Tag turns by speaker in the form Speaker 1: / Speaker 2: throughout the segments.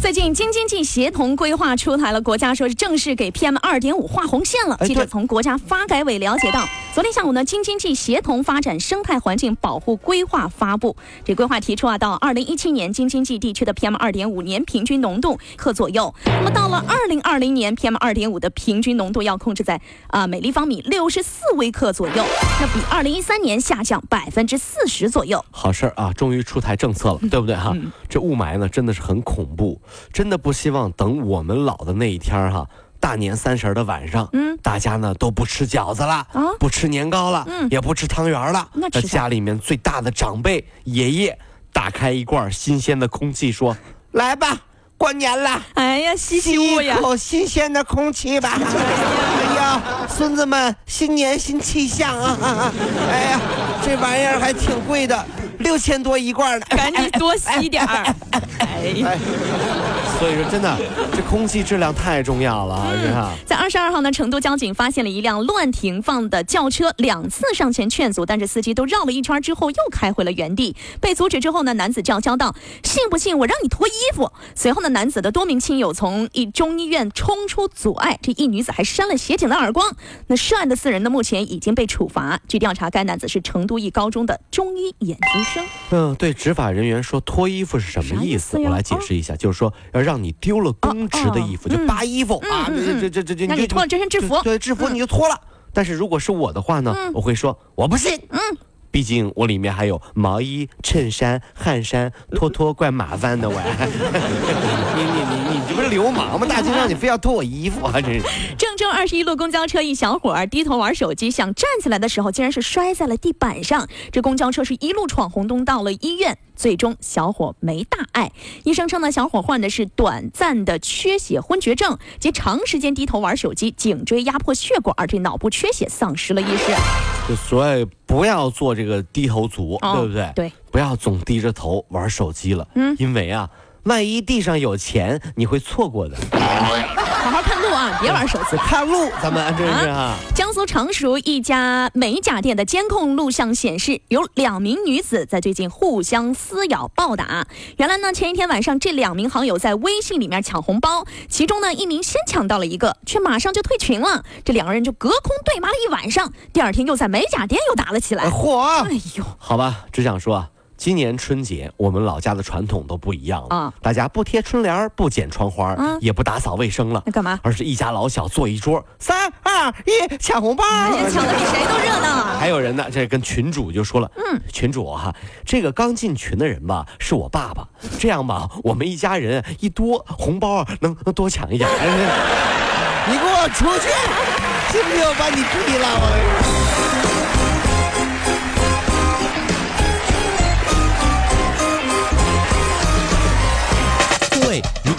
Speaker 1: 最近，京津冀协同规划出台了国家说是正式给 PM 二点五画红线了。
Speaker 2: 哎
Speaker 1: 记者
Speaker 2: 对
Speaker 1: 从国家发改委了解到，昨天下午呢，京津冀协同发展生态环境保护规划发布。这规划提出啊，到二零一七年，京津冀地区的 PM 二点五年平均浓度克左右。那么到了二零二零年，PM 二点五的平均浓度要控制在啊、每立方米六十四微克左右，那比二零一三年下降百分之四十左右。
Speaker 2: 好事儿啊，终于出台政策了，
Speaker 1: 嗯
Speaker 2: 对不对哈、这雾霾呢，真的是很恐怖，真的不希望等我们老的那一天儿哈、大年三十儿的晚上，
Speaker 1: 嗯
Speaker 2: 大家呢都不吃饺子啦，
Speaker 1: 啊
Speaker 2: 不吃年糕了，
Speaker 1: 嗯
Speaker 2: 也不吃汤圆儿了。
Speaker 1: 那吃啥
Speaker 2: 家里面最大的长辈爷爷打开一罐新鲜的空气，说：“来吧，过年了。”
Speaker 1: 哎呀，吸吸雾呀
Speaker 2: 一！口新鲜的空气吧！哎呀，孙子们，新年新气象啊！ 哎呀，这玩意儿还挺贵的，六千多一罐呢。
Speaker 1: 赶紧多吸点儿。哎呀。
Speaker 2: 所以说，真的，这空气质量太重要了，
Speaker 1: 嗯
Speaker 2: 是吧？
Speaker 1: 在二十二号呢，成都交警发现了一辆乱停放的轿车，两次上前劝阻，但是司机都绕了一圈之后又开回了原地。被阻止之后呢，男子叫嚣道：“信不信我让你脱衣服？”随后呢，男子的多名亲友从一中医院冲出阻碍，这一女子还扇了协警的耳光。那涉案的四人呢，目前已经被处罚。据调查，该男子是成都一高中的中医研究生。
Speaker 2: 嗯，对，执法人员说脱衣服是什么意思？
Speaker 1: 啥意思呀
Speaker 2: 我来解释一下，就是说要让你丢了公职的衣服，
Speaker 1: 哦哦
Speaker 2: 就扒衣服、啊，
Speaker 1: 嗯嗯
Speaker 2: 这这这这，
Speaker 1: 让
Speaker 2: 就
Speaker 1: 你脱了这身制服嗯
Speaker 2: 对，制服你就脱了。但是如果是我的话呢，我会说我不信，嗯，毕竟我里面还有毛衣、衬衫、汗衫，脱脱怪麻烦的，我。 你你你你这不是流氓吗？大街上你非要脱我衣服啊，真是。
Speaker 1: 郑州二十一路公交车一小伙儿低头玩手机，想站起来的时候，竟然是摔在了地板上。这公交车是一路闯红灯到了医院，最终小伙没大碍。医生称呢，小伙患的是短暂的缺血昏厥症，及长时间低头玩手机，颈椎压迫血管，这脑部缺血丧失了意识。
Speaker 2: 就所以不要做这个低头族，
Speaker 1: 哦
Speaker 2: 对不对？
Speaker 1: 对，
Speaker 2: 不要总低着头玩手机了，
Speaker 1: 嗯
Speaker 2: 因为啊，万一地上有钱，你会错过的。
Speaker 1: 好好看路啊，别玩手机。
Speaker 2: 看路，咱们真是啊，
Speaker 1: 江苏常熟一家美甲店的监控录像显示，有两名女子在最近互相撕咬暴打。原来呢，前一天晚上这两名好友在微信里面抢红包，其中呢一名先抢到了一个，却马上就退群了。这两个人就隔空对骂了一晚上，第二天又在美甲店又打了起来。
Speaker 2: 呃火啊
Speaker 1: 哎呦，
Speaker 2: 好吧，只想说啊，今年春节我们老家的传统都不一样了，
Speaker 1: 啊
Speaker 2: 大家不贴春联儿，不剪窗花儿，
Speaker 1: 嗯
Speaker 2: 也不打扫卫生了
Speaker 1: 那，干嘛？
Speaker 2: 而是一家老小坐一桌，三二一抢红包
Speaker 1: 人
Speaker 2: 儿。
Speaker 1: 家哎抢的比谁都热闹啊！
Speaker 2: 还有人呢，这跟群主就说了，嗯，群主哈、这个刚进群的人吧，是我爸爸。这样吧，我们一家人一多，红包啊能能多抢一点。哎你给我出去，信不信我把你毙了？我
Speaker 3: 各位，如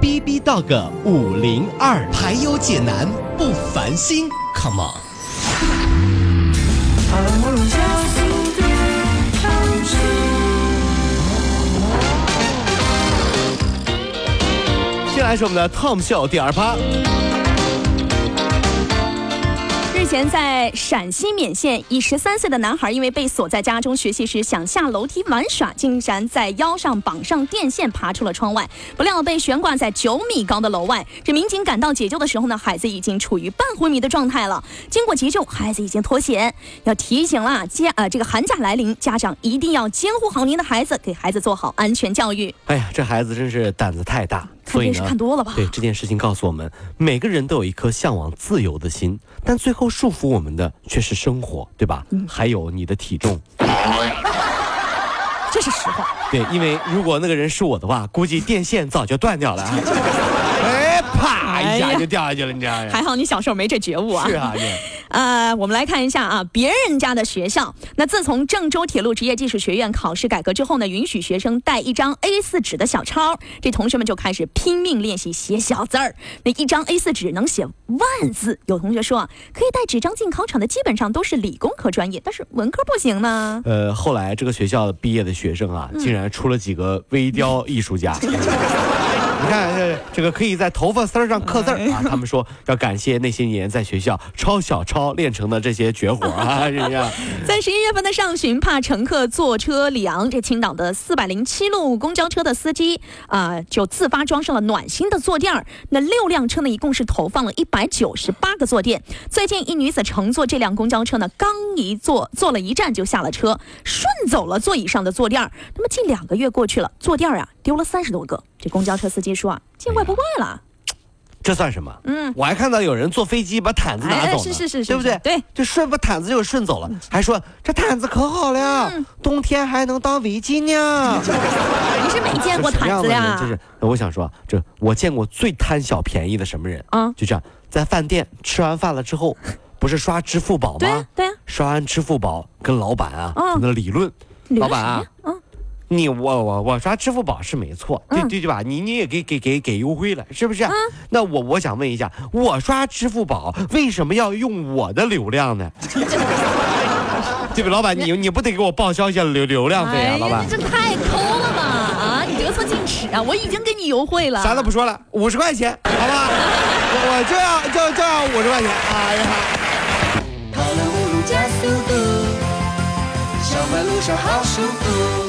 Speaker 3: B B Dog 五零二，排忧解难不烦心，Come on。
Speaker 2: 先来是我们的 Tom 秀第二趴，
Speaker 1: 日前，在陕西勉县，一十三岁的男孩因为被锁在家中学习时想下楼梯玩耍，竟然在腰上绑上电线爬出了窗外，不料被悬挂在九米高的楼外。这民警赶到解救的时候呢，孩子已经处于半昏迷的状态了。经过急救，孩子已经脱险。要提醒啦，接呃这个寒假来临，家长一定要监护好您的孩子，给孩子做好安全教育。
Speaker 2: 哎呀，这孩子真是胆子太大，
Speaker 1: 看
Speaker 2: 所以
Speaker 1: 电视
Speaker 2: 呢，
Speaker 1: 看多了吧？
Speaker 2: 对这件事情告诉我们，每个人都有一颗向往自由的心，但最后束缚我们的却是生活，对吧？
Speaker 1: 嗯
Speaker 2: 还有你的体重。
Speaker 1: 这是实话。
Speaker 2: 对，因为如果那个人是我的话，估计电线早就断掉了 啊。哎，啪一
Speaker 1: 哎
Speaker 2: 下
Speaker 1: 呀
Speaker 2: 就掉下去了，你知道吗？
Speaker 1: 还好你小时候没这觉悟啊。
Speaker 2: 是啊，对
Speaker 1: 呃，我们来看一下啊，别人家的学校。那自从郑州铁路职业技术学院考试改革之后呢，允许学生带一张 A4 纸的小抄，这同学们就开始拼命练习写小字儿。那一张 A4 纸能写万字，有同学说啊，可以带纸张进考场的基本上都是理工科专业，但是文科不行呢。
Speaker 2: 呃，后来这个学校毕业的学生啊，竟然出了几个微雕艺术家。
Speaker 1: 嗯
Speaker 2: 你看，这这个可以在头发丝儿上刻字儿
Speaker 1: 哎
Speaker 2: 啊！他们说要感谢那些年在学校抄小抄练成的这些绝活啊，是不是？
Speaker 1: 在十一月份的上旬，怕乘客坐车凉，这青岛的四百零七路公交车的司机啊、就自发装上了暖心的坐垫儿。那六辆车呢，一共是投放了一百九十八个坐垫。最近，一女子乘坐这辆公交车呢，刚一坐坐了一站就下了车，顺走了座椅上的坐垫儿。那么近两个月过去了，坐垫儿啊丢了三十多个。这公交车司机说啊，见怪不怪了。
Speaker 2: 这算什么？嗯，我还看到有人坐飞机把毯子拿走呢，
Speaker 1: 哎是是是是
Speaker 2: 对不对？
Speaker 1: 对，
Speaker 2: 就顺把毯子就顺走
Speaker 1: 嗯
Speaker 2: 了，还说这毯子可好了，冬天还能当围巾呢。
Speaker 1: 你是没见过毯子呀？
Speaker 2: 就是我想说，这我见过最贪小便宜的什么人
Speaker 1: 啊
Speaker 2: 就这样，在饭店吃完饭了之后，不是刷支付宝
Speaker 1: 对呀
Speaker 2: 吗？
Speaker 1: 对啊呀
Speaker 2: 刷完支付宝跟老板啊，
Speaker 1: 嗯
Speaker 2: 在那理论，
Speaker 1: 理论
Speaker 2: 老板啊
Speaker 1: 什么呀，嗯
Speaker 2: 你我我我刷支付宝是没错，对对对吧？你你也给给给给优惠了，是不是？
Speaker 1: 嗯
Speaker 2: 那我我想问一下，我刷支付宝为什么要用我的流量呢？ 对吧，老板，你你不得给我报销一下流流量费
Speaker 1: 哎
Speaker 2: 啊，
Speaker 1: 呀，
Speaker 2: 老板
Speaker 1: 你。这太抠了吧！啊，你得寸进尺啊！我已经给你优惠了，
Speaker 2: 啥都不说了，五十块钱，好吧？我我就要就就要五十块钱，哎呀！
Speaker 4: 跑了五路加速度，上班路上好舒服。